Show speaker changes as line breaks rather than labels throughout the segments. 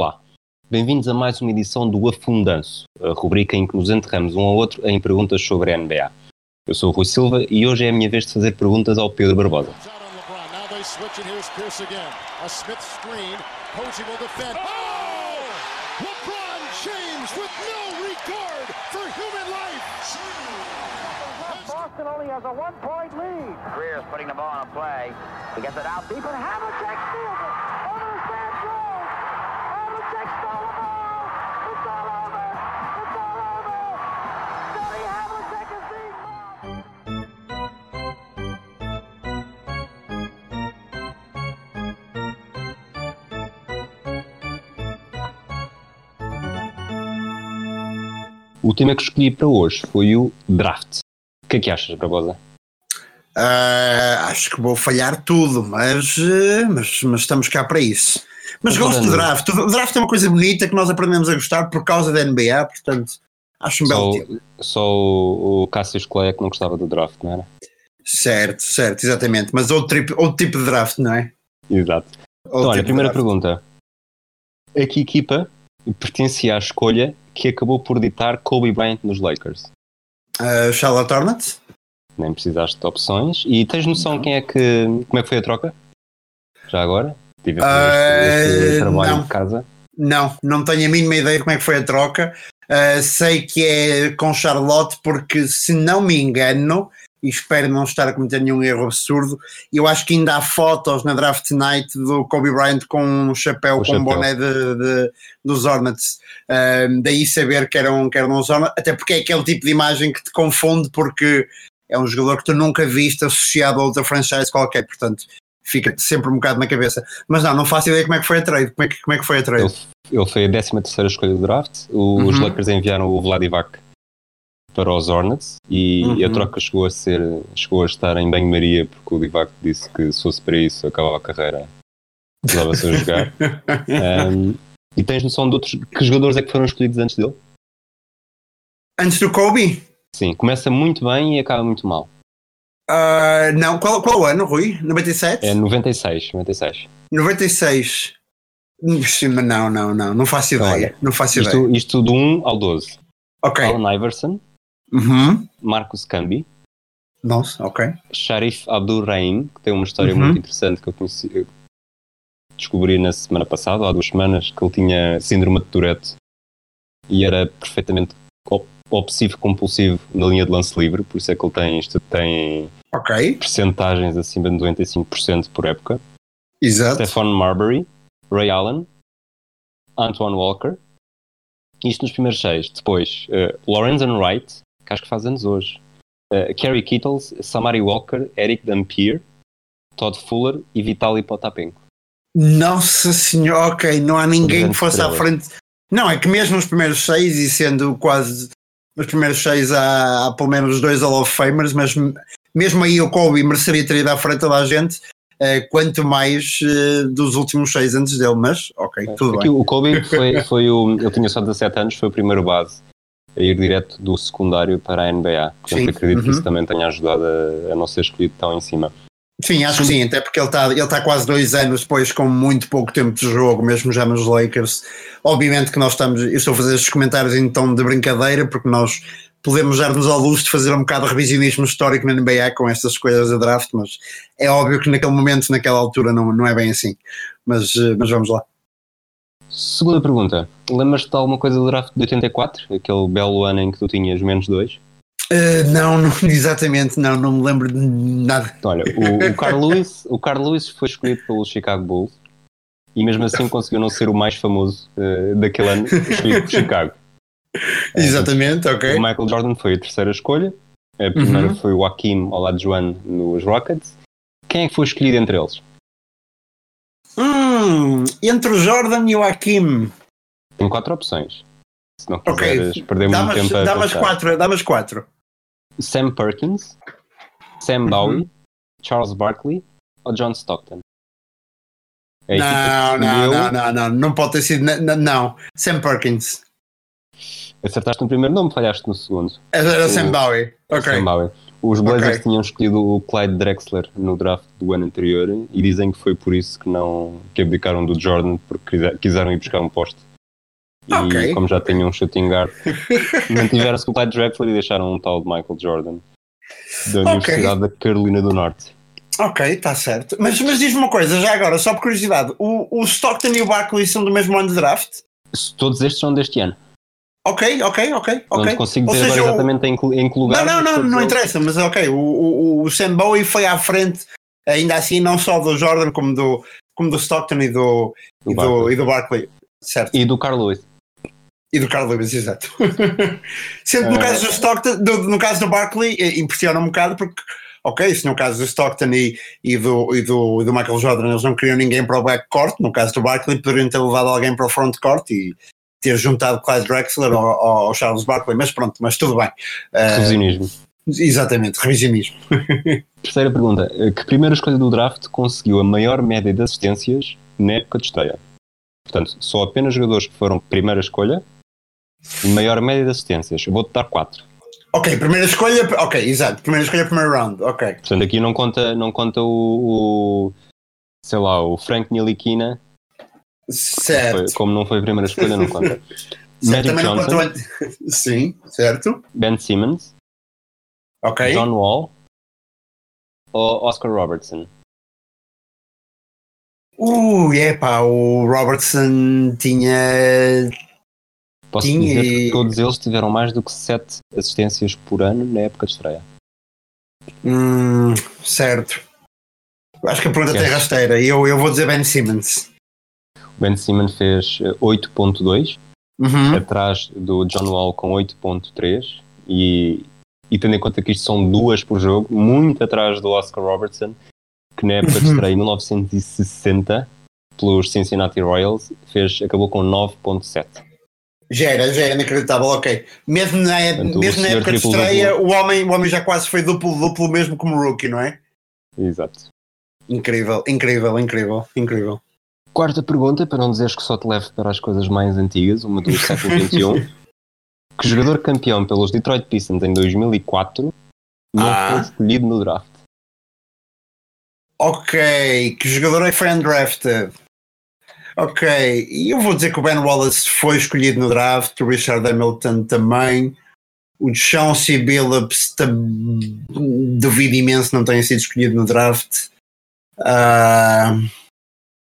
Olá, bem-vindos a mais uma edição do Afundanço, a rubrica em que nos enterramos um ao outro em perguntas sobre a NBA. Eu sou o Rui Silva e hoje é a minha vez de fazer perguntas ao Pedro Barbosa.
Oh!
Boston only has a one-point lead. Greer's putting the ball on a play. He gets it out deep, and Havlicek steals it. Over his man Jones. Havlicek stole the ball. It's all over. It's all over. Johnny Havlicek is the man.
O tema que escolhi para hoje foi o draft. O que é que achas, Barbosa?
Ah, acho que vou falhar tudo, mas, eh, mas, mas estamos cá para isso. Mas
Não
gosto do
dá
draft. O draft é uma coisa bonita que nós aprendemos a gostar por causa da NBA, portanto, acho um
Só,
belo tempo.
só o o Cassius Clay é que não gostava do draft, não era?
Certo, certo, exatamente. Mas outro tipo, outro tipo de draft, não é?
Exato. Então,
Outro tipo
olha,
de
primeira
draft.
pergunta. A que equipa pertencia à escolha que acabou por ditar Kobe Bryant nos Lakers?
Ah, Charlotte Hornets?
Nem precisaste de opções. E tens noção quem é que. Como é que foi a troca? Já agora? Tive a fazer este, este
Ah,
trabalho
não.
de casa.
Não, não tenho a mínima ideia como é que foi a troca. Ah, sei que é com Charlotte, porque se não me engano, e espero não estar a cometer nenhum erro absurdo, eu acho que ainda há fotos na draft night do Kobe Bryant com um chapéu,
O
com
chapéu.
um boné de- de- dos Hornets. Ah, daí saber que eram, que eram os Hornets, até porque é aquele tipo de imagem que te confunde, porque é um jogador que tu nunca viste associado a outra franchise qualquer, portanto. Fica sempre um bocado na cabeça. Mas não, não faço ideia como é que foi a trade. Como é que, como é que foi a trade?
Ele, ele foi a 13 terceira escolha do draft. O- Os
Uhum.
Lakers enviaram o Vladivac para os Hornets e
Uhum.
a troca chegou a ser chegou a estar em banho-maria porque o Divac disse que se fosse para isso acabava a carreira. Precisava-se a jogar. Ahm, e tens noção de outros que jogadores é que foram escolhidos antes dele?
Antes do Kobe?
Sim, começa muito bem e acaba muito mal.
Ah, não, qual, qual o ano, Rui? 97?
É 96, 96.
96. Ixi, mas Não, não, não, não faço
Olha,
ideia. Não faço ideia.
Isto, isto do 1 ao 12.
Ok.
Allen Iverson,
Uhum.
Marcus Camby,
Nossa, ok.
Sharif Abdul Rahim, que tem uma história
Uhum.
muito interessante que eu conheci, eu descobri na semana passada, ou há duas semanas, que ele tinha síndrome de Tourette e era perfeitamente ob- obsessivo-compulsivo na linha de lance livre, por isso é que ele tem, isto, tem
Ok.
percentagens acima de 95% por época.
Exato.
Stephon Marbury, Ray Allen, Antoine Walker. Isto nos primeiros seis. Depois, eh, Lorenzen Wright, que acho que faz anos hoje. eh, Kerry Kittles, Samari Walker, Eric Dampier, Todd Fuller e Vitaly Potapenko.
Nossa senhora, ok. Não há ninguém que
Grande
fosse à
estrela.
frente. Não, é que mesmo os primeiros seis, e sendo quase os primeiros seis, há, há pelo menos dois Hall of Famers, mas m- mesmo aí o Kobe mereceria ter ido à frente toda a gente, eh, quanto mais eh, dos últimos seis antes dele. Mas, ok,
É,
tudo
Aqui
bem.
o Kobe foi, foi o. Ele tinha só 17 anos, foi o primeiro base a ir direto do secundário para a NBA. Portanto,
Sim,
acredito que
uhum.
isso também tenha ajudado a, a não ser escolhido tão em cima.
Sim, acho que sim, até porque ele está ele tá quase dois anos depois, com muito pouco tempo de jogo, mesmo já nos Lakers. Obviamente que nós estamos, eu estou a fazer estes comentários em tom de brincadeira, porque nós podemos dar-nos ao luxo de fazer um bocado de revisionismo histórico na NBA com estas coisas de draft, mas é óbvio que naquele momento, naquela altura, não, não é bem assim. Mas, eh, mas vamos lá.
Segunda pergunta. Lembras-te de alguma coisa do draft de 84? Aquele belo ano em que tu tinhas menos dois?
Eh, não, não, exatamente, não, não me lembro de nada.
Então, Olha, o, o Carl Lewis, o Carl Lewis foi escolhido pelo Chicago Bulls e mesmo assim conseguiu não ser o mais famoso eh, daquele ano escolhido por Chicago. É,
Exatamente,
O
ok.
Michael Jordan foi a terceira escolha. A primeira
Uhum.
foi o Hakim Olajuwon nos Rockets. Quem é que foi escolhido entre eles?
Hum, entre o Jordan e o Hakim,
Tem quatro opções. Se não
Ok.
quiseres perder muito
dá-me as-
tempo a
dá-me as
pensar.
quatro, dá-me as quatro.
Sam Perkins, Sam
Uhum.
Bowie, Charles Barkley ou John Stockton? A equipa
Não,
É que
não,
escolheu-
não, não, não, não pode ter sido. na- na- Não, Sam Perkins.
Acertaste no primeiro nome, falhaste no segundo.
Era
O-
É, Sam Bowie. Ok.
É Sam Bowie. Os
Ok.
Blazers tinham escolhido o Clyde Drexler no draft do ano anterior e dizem que foi por isso que não que abdicaram do Jordan porque quisa- quiseram ir buscar um poste. E
Ok.
como já tinham um shooting guard, mantiveram-se com o Clyde Drexler e deixaram um tal de Michael Jordan da Universidade da Carolina do Norte.
Ok, está certo. Mas, mas diz-me uma coisa, já agora, só por curiosidade: o, o Stockton e o Barkley são do mesmo ano de draft?
Se Todos estes são deste ano.
Ok, ok, ok,
Não
ok.
te consigo
Ou
dizer
seja,
agora
o-
exatamente em que, em que lugar.
Não, não,
mas
não,
todos
não
eles-
interessa, mas ok, o, o, o Sam Bowie foi à frente, ainda assim, não só do Jordan, como do, como do Stockton e do,
Do
e, do,
Barkley.
e do Barkley, certo?
E do Carl Lewis.
E do Carl Lewis, exato. Sendo que no
Eh.
caso do Stockton, do- no caso do Barkley, eh, impressiona um bocado porque, ok, se no caso do Stockton e, e, do, e do, e do Michael Jordan eles não queriam ninguém para o backcourt, no caso do Barkley poderiam ter levado alguém para o frontcourt e ter juntado Clyde Drexler ao, ao Charles Barkley, mas pronto, mas tudo bem. Eh,
Revisionismo.
exatamente, revisionismo.
Terceira pergunta. eh, Que primeira escolha do draft conseguiu a maior média de assistências na época de estreia? Portanto, só apenas jogadores que foram primeira escolha, maior média de assistências. Eu Vou-te dar 4.
Ok, primeira escolha, ok, exato, primeira escolha, primeiro round, ok.
Portanto, aqui não conta, não conta o, o- sei lá, o Frank Nilikina,
Certo.
Foi- como não foi a primeira escolha, não conta.
Certo,
Magic
também não
Johnson,
contou- Sim, certo.
Ben Simmons,
Ok.
John Wall ou Oscar Robertson.
Uh, é pá, o Robertson tinha.
Posso
Tinha
dizer que
e-
todos eles tiveram mais do que 7 assistências por ano na época de estreia.
Hum, certo. Acho que a pergunta
Sim.
tem rasteira. Eu, eu vou dizer Ben Simmons.
O Ben Simmons fez eh, 8.2,
Uhum.
atrás do John Wall com 8.3 e, e tendo em conta que isto são duas por jogo, muito atrás do Oscar Robertson, que na época de
Uhum.
estreia em 1960 pelos Cincinnati Royals fez, acabou com 9.7.
Já era, já era inacreditável, ok. Mesmo na, ép-
Portanto, o
mesmo na
senhor
época de
triplo-duplo.
estreia, o homem, o homem já quase foi duplo-duplo, mesmo como rookie, não é?
Exato.
Incrível, incrível, incrível, incrível.
Quarta pergunta, para não dizeres que só te levo para as coisas mais antigas, uma do século XXI. que jogador campeão pelos Detroit Pistons em 2004 não
Ah.
foi escolhido no draft?
Ok, que jogador é que foi undrafted? Ok, e eu vou dizer que o Ben Wallace foi escolhido no draft, o Richard Hamilton também, o Chauncey Billups tam- duvido imenso não tenha sido escolhido no draft. Ah,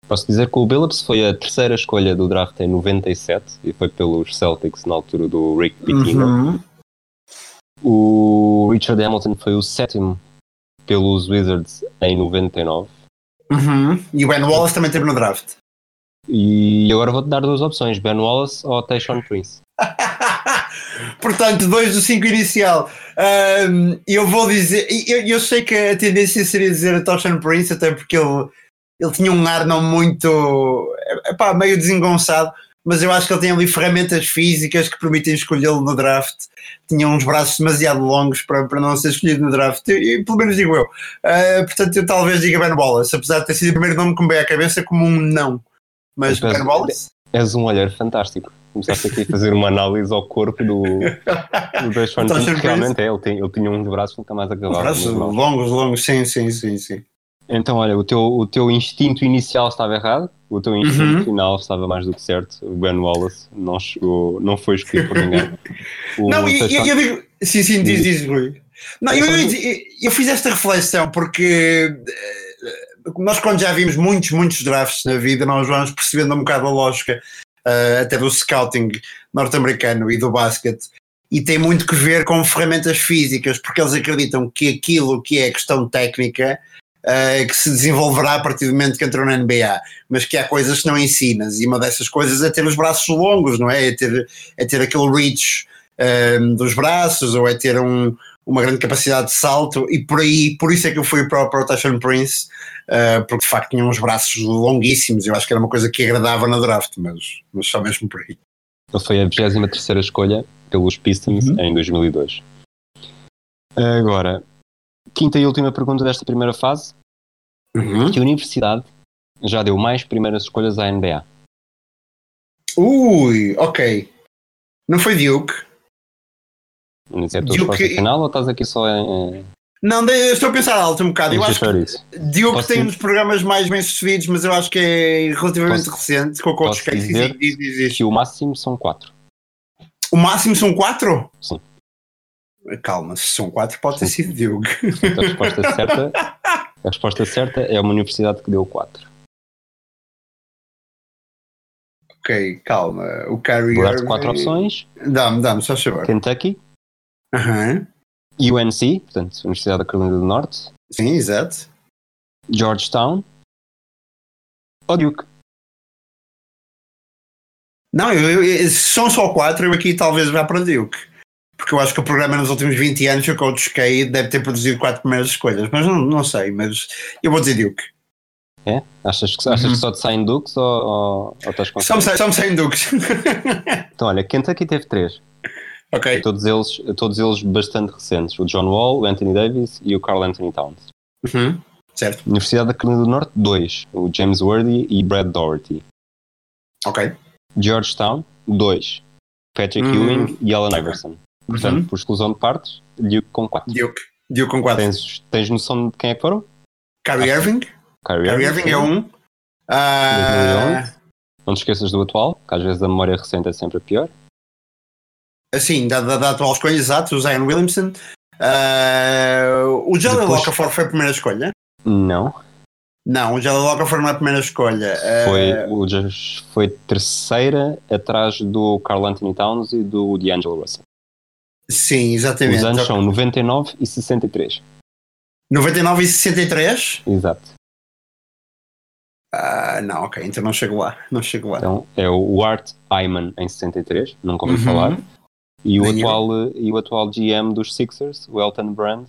Posso dizer que o Billups foi a terceira escolha do draft em 97 e foi pelos Celtics na altura do Rick Pitino.
uhum.
O Richard Hamilton foi o sétimo pelos Wizards em 99.
uhum. E o Ben Wallace também teve no draft.
E agora vou-te dar duas opções: Ben Wallace ou Tayshaun Prince.
Portanto, 2 do 5 inicial. Ahm, eu vou dizer, eu, eu sei que a tendência seria dizer a Toshan Prince, até porque ele, ele tinha um ar não muito, epá, meio desengonçado, mas eu acho que ele tem ali ferramentas físicas que permitem escolhê-lo no draft. Tinha uns braços demasiado longos para, para não ser escolhido no draft, e, pelo menos digo eu. Ah, portanto, eu talvez diga Ben Wallace, apesar de ter sido o primeiro nome que me veio à cabeça como um não. Mas
Mas-
Ben Wallace?
És um olhar fantástico. Começaste aqui a fazer uma análise ao corpo do, do Tayshaun Prince.
Tayshaun Prince.
que Realmente é, ele, tem- ele tinha uns braços que nunca mais acabavam.
Braços
mas não.
longos, longos, sim, sim, sim, sim.
Então, olha, o teu, o teu instinto inicial estava errado, o teu instinto
Uhum.
final estava mais do que certo. O Ben Wallace não, chegou, não foi escolhido por ninguém. O
Não, e- e- eu,
Tayshaun-
digo. Sim, sim, diz, diz, Rui. Não, eu, eu, eu fiz esta reflexão porque eh, nós, quando já vimos muitos, muitos drafts na vida, nós vamos percebendo um bocado a lógica eh, até do scouting norte-americano e do basquete. E tem muito que ver com ferramentas físicas, porque eles acreditam que aquilo que é questão técnica eh, que se desenvolverá a partir do momento que entrou na NBA, mas que há coisas que não ensinas, e uma dessas coisas é ter os braços longos, não é? É ter, é ter aquele reach ehm, dos braços, ou é ter um- uma grande capacidade de salto, e por aí, por isso é que eu fui para o Protection Prince, eh, porque de facto tinha uns braços longuíssimos, eu acho que era uma coisa que agradava na draft, mas, mas só mesmo por aí.
Ele foi a 23 escolha pelos Pistons
Uhum.
em 2002. Agora, quinta e última pergunta desta primeira fase: Que universidade já deu mais primeiras escolhas à NBA?
Ui, ok. Não foi Duke.
Não sei, tu
Duke-
resposta final ou estás aqui só em. em-
Não, de- eu estou a pensar alto um bocado. Eu
Vamos
acho
deixar isso.
que Diogo
Posso
tem
ir?
um dos programas mais bem sucedidos, mas eu acho que é relativamente
Posso-
recente, com o
posso
Coach Cake. Sim,
dizer?
sim, diz, diz, diz.
E o máximo são quatro.
O máximo são quatro?
Sim.
Calma, se são quatro, pode ter
Sim.
sido Diogo.
Portanto, a resposta certa, a resposta certa é uma universidade que deu quatro.
Ok, calma. O Kyrie
Vou dar-te
Irving-
quatro opções:
Dá-me, dá-me, só saber.
Kentucky,
Aham.
UNC, portanto, Universidade da Carolina do Norte,
Sim, exato.
Georgetown ou Duke.
Não, eu, eu- eu- se são só quatro, eu aqui talvez vá para Duke. Porque eu acho que o programa nos últimos 20 anos, o Coach K deve ter produzido quatro primeiras escolhas. Mas não, não sei, mas eu vou dizer Duke.
Achas que, achas
Uhum.
que só te saem Dukes ou, ou, ou estás com
Só me sei- só me saem Dukes.
Então, olha, Kentucky teve três.
ok.
Todos eles, todos eles bastante recentes: o John Wall, o Anthony Davis e o Carl Anthony Towns.
Uhum. Certo,
Universidade da Carolina do Norte, dois: o James Worthy e Brad Doherty.
ok.
Georgetown, dois: Patrick
Hum. Uhum.
Ewing e Allen Iverson. Portanto, por exclusão de partes, Duke com quatro.
Duke. Duke com quatro.
Tens, tens noção de quem é que foram?
Kyrie
Ah,
Irving. Kyrie Irving é um. Ah,
Não te esqueças do atual, que às vezes a memória recente é sempre a pior.
assim, da, da, da atual escolha, exato, o Zion Williamson. Ah, o Jalen
Depois-
Okafor foi a primeira escolha?
Não,
Não, o Jalen Okafor não é a primeira escolha. Ah,
foi, o, Jazz foi terceira atrás do Carl Anthony Towns e do D'Angelo Russell.
Sim, é, exatamente.
Os anos são 99 e 63.
99 e 63?
Exato.
Ah, não, ok, então não chego lá. Não chego lá.
Então é o Art Hyman em 63, nunca ouvi
Uhum.
falar. E o,
Nem eu.
atual, eh, e o atual GM dos Sixers, o Elton Brand,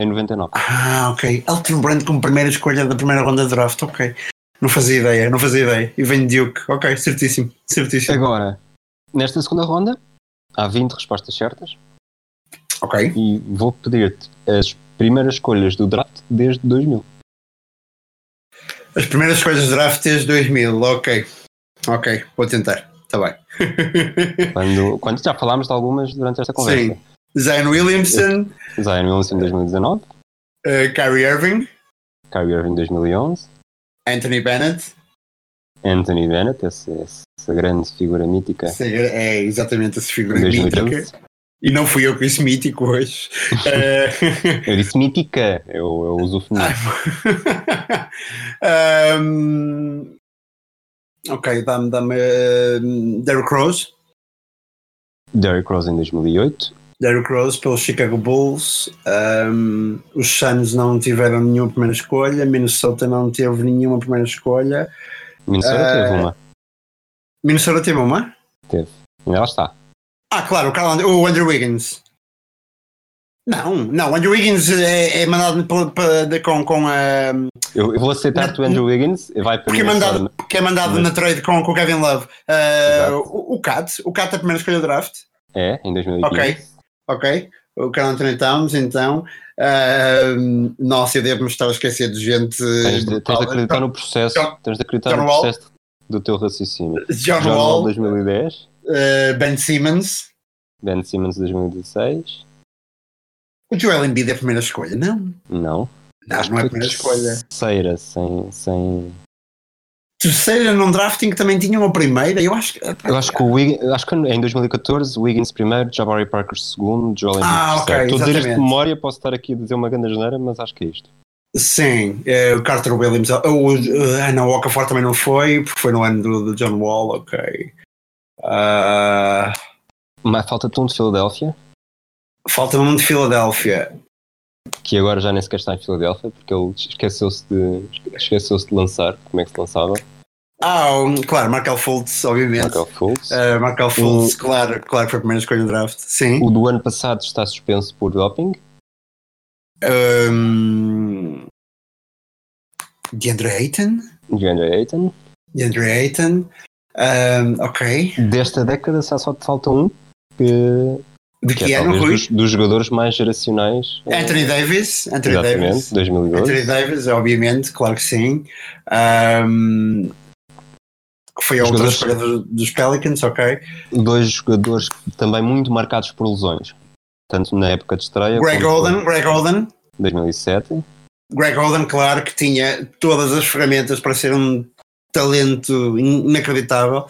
em 99.
Ah, ok. Elton Brand como primeira escolha da primeira ronda de draft, ok. Não fazia ideia, não fazia ideia. E vem Duke, ok, certíssimo, certíssimo.
Agora, nesta segunda ronda, há 20 respostas certas.
Ok.
e vou pedir-te as primeiras escolhas do draft desde 2000.
As primeiras escolhas de draft desde 2000, ok. Ok, vou tentar, tá está bem.
Quando, quando já falámos de algumas durante esta conversa.
Sim. Zion Williamson,
Zion Williamson em 2019,
eh, Kyrie Irving,
Kyrie Irving em 2011,
Anthony Bennett.
Anthony Bennett, esse- esse- essa grande figura mítica
Sim, É exatamente essa figura
em
mítica.
2012.
E não fui eu que disse mítico hoje. Eh,
Eu disse mítica, eu, eu uso
Ai, Ahm, ok, dá-me dá Derrick Rose.
Derrick Rose em 2008,
Derrick Rose pelos Chicago Bulls. Ahm, os Suns não tiveram nenhuma primeira escolha. Minnesota não teve nenhuma primeira escolha.
Minnesota
Eh,
teve uma,
Minnesota teve uma?
ainda lá está.
Ah, claro, o, Carl And- o Andrew Wiggins. Não, não, o Andrew Wiggins é, é mandado pela- pela- de- com, com a.
Eu, eu vou aceitar-te o Andrew Wiggins, e vai para
Porque é
Minnesota.
mandado, porque é mandado
Mas-
na trade com, com o Kevin Love. Ah,
Exato.
o, o Cat, o Cat é a primeira escolha do draft.
É, em 2015.
Ok. Ok? O Carl Anthony Towns, então. Ahm, nossa, eu devo-me estar a esquecer de gente.
Tens de, tens de
brutal.
acreditar no processo,
John-
tens de acreditar
John
no
Wall.
processo do teu raciocínio.
John,
John Wall
Wall,
2010.
ah, Ben Simmons.
Ben Simmons 2016?
O Joel Embiid é a primeira escolha, não?
Não.
Não, não é a primeira escolha.
Terceira, sem, sem...
Terceira num drafting que também tinham a primeira, eu acho que.
Eu acho que, o Wiggins, eu acho que em 2014, Wiggins primeiro, Jabari Parker segundo, Joel Embiid
Ah, ok,
terceiro. Estou a dizer isto de
exatamente.
memória, posso estar aqui a dizer uma grande janeira, mas acho que é isto.
Sim, eh, o Carter Williams. ah, O, ah, não, o Okafor também não foi, porque foi no ano do, do John Wall, ok. Ah,
Mas falta-te um de Filadélfia,
Falta-me um de Filadélfia.
que agora já nem sequer está em Filadélfia, porque ele esqueceu-se de, esqueceu de lançar, como é que se lançava,
Ah, um, claro, Markel Fultz, obviamente.
Michael Fultz.
Uh, Markel Fultz, claro, claro que foi a primeira escolha do draft. Sim.
O do ano passado está suspenso por doping.
Um, DeAndre Ayton?
DeAndre Ayton.
DeAndre Ayton. Um, ok.
Desta década já só te falta um, que
De
que
que
é
ano,
talvez
Rui?
dos, dos jogadores mais geracionais. eh,
Anthony Davis. Anthony
Exatamente,
Davis.
2012.
Anthony Davis, obviamente, claro que sim. Um, que foi a outra
Jogadores- É,
escolha do- dos Pelicans, ok.
Dois jogadores também muito marcados por lesões. Tanto na época de estreia.
Greg
como-
Oden, Greg Oden,
2007.
Greg Oden, claro, que tinha todas as ferramentas para ser um talento in- inacreditável.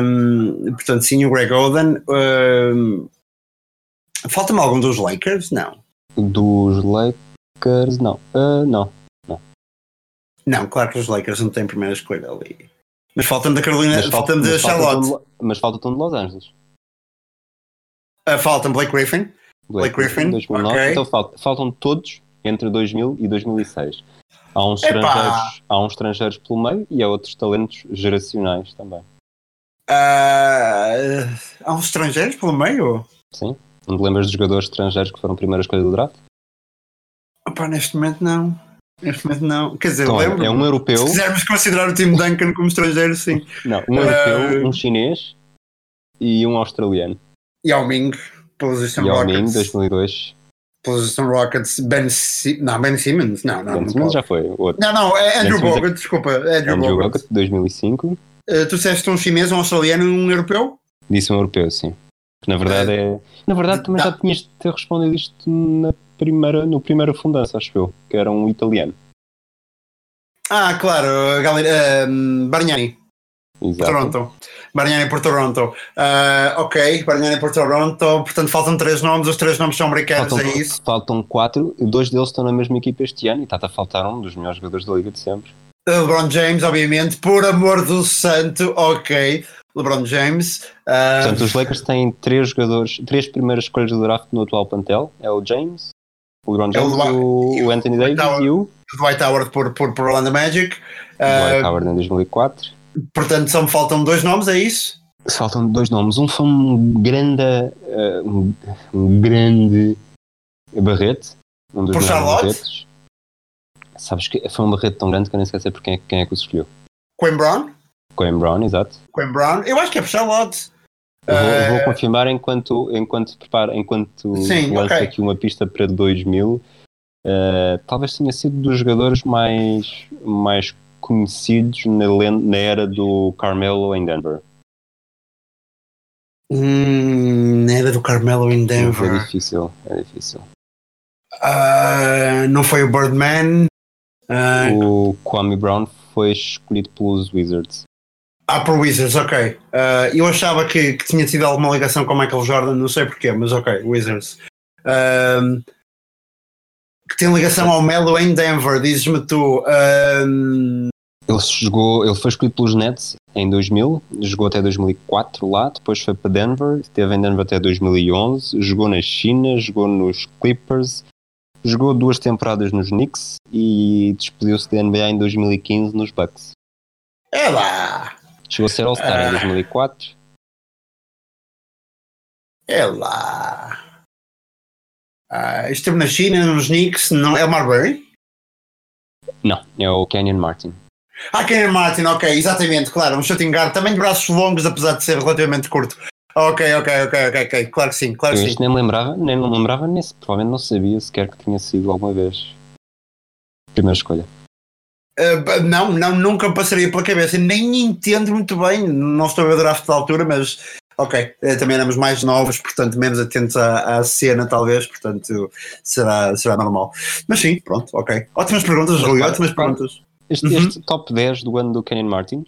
Um, portanto, sim, o Greg Oden. Um, Falta-me algum dos Lakers? Não.
Dos Lakers, não. Ah, não.
Não, claro que os Lakers não têm primeira escolha ali. Mas falta-me da Carolina,
Mas falta-
falta-me da
mas falta
Charlotte.
o Tom- Mas falta o tom de Los Angeles.
Ah, Falta-me Blake Griffin. Blake Griffin,
2009.
ok.
Então falta- faltam todos entre 2000 e 2006. Há uns,
Epá!
estrangeiros, há uns estrangeiros pelo meio e há outros talentos geracionais também.
Ah, há uns estrangeiros pelo meio?
Sim? Não te lembras dos jogadores estrangeiros que foram a primeira escolha do draft?
Opa, neste momento não. Neste momento não. Quer dizer,
Então, olha,
lembro.
é um europeu,
Se quisermos considerar o time Duncan como estrangeiro, sim.
não, um,
Eh,
europeu um chinês e um australiano.
Yao Ming, pelos Houston
Yao Ming,
Rockets.
2002.
Pelos Houston Rockets. Ben, Si- não, ben Simmons. Não,
Bom,
não. Não,
mas
pode.
já foi. o Outro.
não, não é
Ben
Andrew
Simmons é-
Bogut, desculpa. é Andrew,
Andrew
Bogut.
Bogut, 2005.
Eh, tu disseste um chinês, um australiano e um europeu?
Disse um europeu, sim. Que na verdade é. Na verdade, também já tinhas de ter respondido isto na primeira, no primeira fundança, acho eu, que era um italiano.
Ah, claro, a galera, ah, Bargnani,
Exato.
Toronto. Bargnani por Toronto. Ah, ok, Bargnani por Toronto. Portanto, faltam três nomes, os três nomes são americanos,
Faltam,
é isso?
faltam quatro, dois deles estão na mesma equipa este ano e está a faltar um dos melhores jogadores da Liga de sempre.
LeBron James, obviamente, por amor do santo, ok. LeBron James. ah,
Portanto, os Lakers têm três jogadores, três primeiras escolhas do draft no atual plantel: é o James, o LeBron
É o
James,
Dwa-
o,
e o
o Anthony Davis
Howard.
e o
Dwight Howard por, por, por Orlando Magic. Ah,
Dwight Howard em 2004.
portanto, só me faltam dois nomes, é isso?
Faltam dois nomes. Um foi um grande. eh, um- um grande. Barrete. Um dos
Por
melhores
Charlotte?
Barretes. Sabes que foi um barrete tão grande que eu nem sei saber quem é, quem é que o escolheu.
Quinn Brown?
Coen Brown, exato.
Quinn Brown? Eu acho que é por Charlotte.
Eu Vou,
Eh,
vou confirmar enquanto, enquanto preparo, enquanto
Sim,
lanço
ok.
aqui uma pista para 2000. Eh, talvez tenha sido dos jogadores mais, mais conhecidos na, len- na era do Carmelo em Denver.
Hum, era do Carmelo em
É
Denver.
difícil, é difícil.
Ah, não foi o Birdman. Ah,
O Kwame Brown foi escolhido pelos Wizards.
ah, por Wizards, ok. Ah, eu achava que, que tinha tido alguma ligação com o Michael Jordan, não sei porquê, mas ok, Wizards. Ah, que tem ligação ao Melo em Denver, dizes-me tu. Ah,
Ele, jogou, ele foi escolhido pelos Nets em 2000, jogou até 2004 lá, depois foi para Denver, esteve em Denver até 2011, jogou na China, jogou nos Clippers, jogou duas temporadas nos Knicks e despediu-se da NBA em 2015 nos Bucks.
é lá,
Chegou a ser All-Star
Ah.
em 2004.
é lá. Ah, esteve na China, nos Knicks, não, é o Marbury?
Não, é o Kenyon Martin.
Ah, Kenyon Martin, ok, exatamente, claro, um shooting guard, também de braços longos, apesar de ser relativamente curto. Ok, ok, ok, ok, ok, claro que sim, claro
Eu
que Ah, sim.
este nem me lembrava, nem me lembrava, nem se- provavelmente não sabia sequer que tinha sido alguma vez. Primeira escolha.
Uh, b- não, não, nunca me passaria pela cabeça, nem entendo muito bem, não estou a ver o draft da altura, mas ok, eh, também éramos mais novos, portanto, menos atentos à, à cena, talvez, portanto, será, será normal. Mas sim, pronto, ok. Ótimas perguntas, Rui,
Claro,
ótimas
claro.
perguntas.
Este,
Uhum.
este top 10 do ano do Kenyon Martin.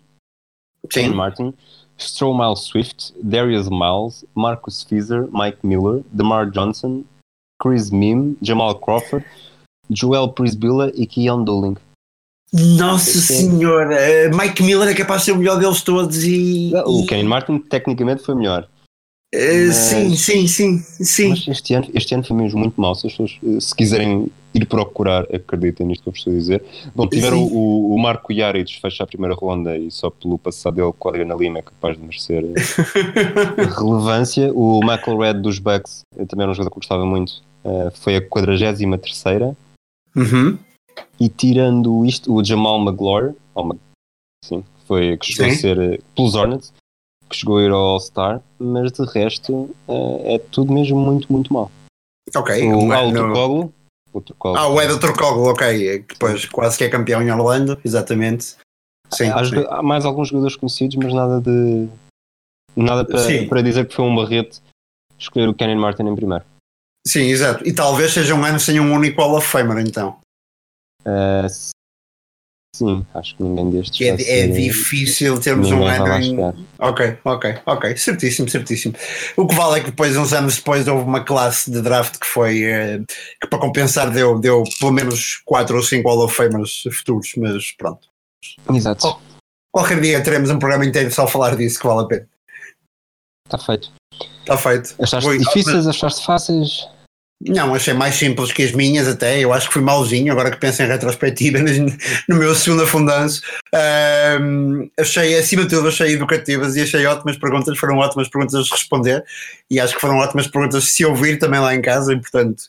Kenyon Martin, Stromile Swift, Darius Miles, Marcus Fizer, Mike Miller, DeMar Johnson, Chris Mim, Jamal Crawford, Joel Prisbilla e Keon Dooling.
Nossa
Sim.
Senhora, eh, Mike Miller é capaz de ser o melhor deles todos e.
Ah, O
e-
Kenyon Martin tecnicamente foi melhor,
eh,
mas-
Sim, sim, sim, sim.
mas este ano, este ano foi mesmo muito mau. Se, as pessoas, eh, se quiserem ir procurar, acreditem nisto que eu vos estou a dizer. Bom, tiveram
Sim.
o, o Marco Iarides fecha a primeira ronda e só pelo passado dele, com a Adriana Lima, é capaz de merecer eh, relevância. O Michael Red dos Bucks eh, também era um jogador que eu gostava muito. eh, foi a 43
Uhum.
e tirando isto, o Jamal McGlory, ou Mc- sim, foi que chegou
Sim.
a ser eh, pelos Hornets, que chegou a ir ao All-Star, mas de resto eh, é tudo mesmo muito, muito mal.
Ok. é?
O
Bueno.
Aldo Coglo,
Ah, o Eda Trocoglu, ok. Que depois quase que é campeão em Orlando, exatamente. Sim.
há, joga- há mais alguns jogadores conhecidos, mas nada de nada para,
Sim.
para dizer que foi um barrete escolher o Kenyon Martin em primeiro.
Sim, exato. E talvez seja um ano sem um único Hall of Famer, então.
Eh, s- sim, acho que ninguém destes.
É,
vai
di- é
ser-
difícil termos
Ninguém
um
vai lá
ano em,
chegar.
Ok, ok, ok, certíssimo, certíssimo. O que vale é que depois, uns anos depois, houve uma classe de draft que foi eh, que para compensar deu, deu pelo menos 4 ou 5 Hall of Famers futuros, mas pronto.
Exato.
Oh. Qualquer dia teremos um programa inteiro só a falar disso que vale a pena.
Está tá feito.
Está feito.
Achaste
Ui,
difíceis, achaste fáceis.
Não, achei mais simples que as minhas até. Eu acho que fui malzinho, agora que penso em retrospectiva, no- no meu segundo afundanço. Ahm, achei, acima de tudo, achei educativas e achei ótimas perguntas. Foram ótimas perguntas de responder e acho que foram ótimas perguntas de se ouvir também lá em casa. E, portanto,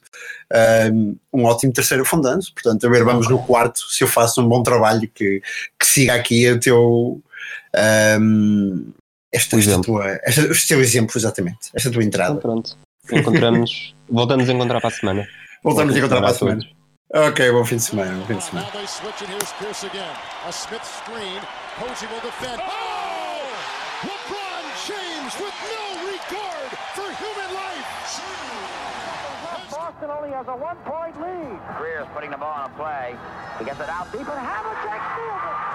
ahm, um ótimo terceiro afundanço. Portanto, a ver, vamos no quarto. Se eu faço um bom trabalho, que, que siga aqui o teu. ahm, esta,
O
esta
exemplo.
tua, esta, o teu exemplo, exatamente. Esta tua
Então
entrada.
pronto. Encontramos. Voltamos a encontrar para a semana.
Voltamos a encontrar para a
todos.
semana. Ok, bom fim de semana, bom fim de semana.
Now they switch and here's Pierce again. A Smith screen. Posey will defend. Oh! LeBron James with no regard for human life.
Boston only has a one-point lead. Greer's putting the ball on a play. He gets it out deep, and Havlicek steals it.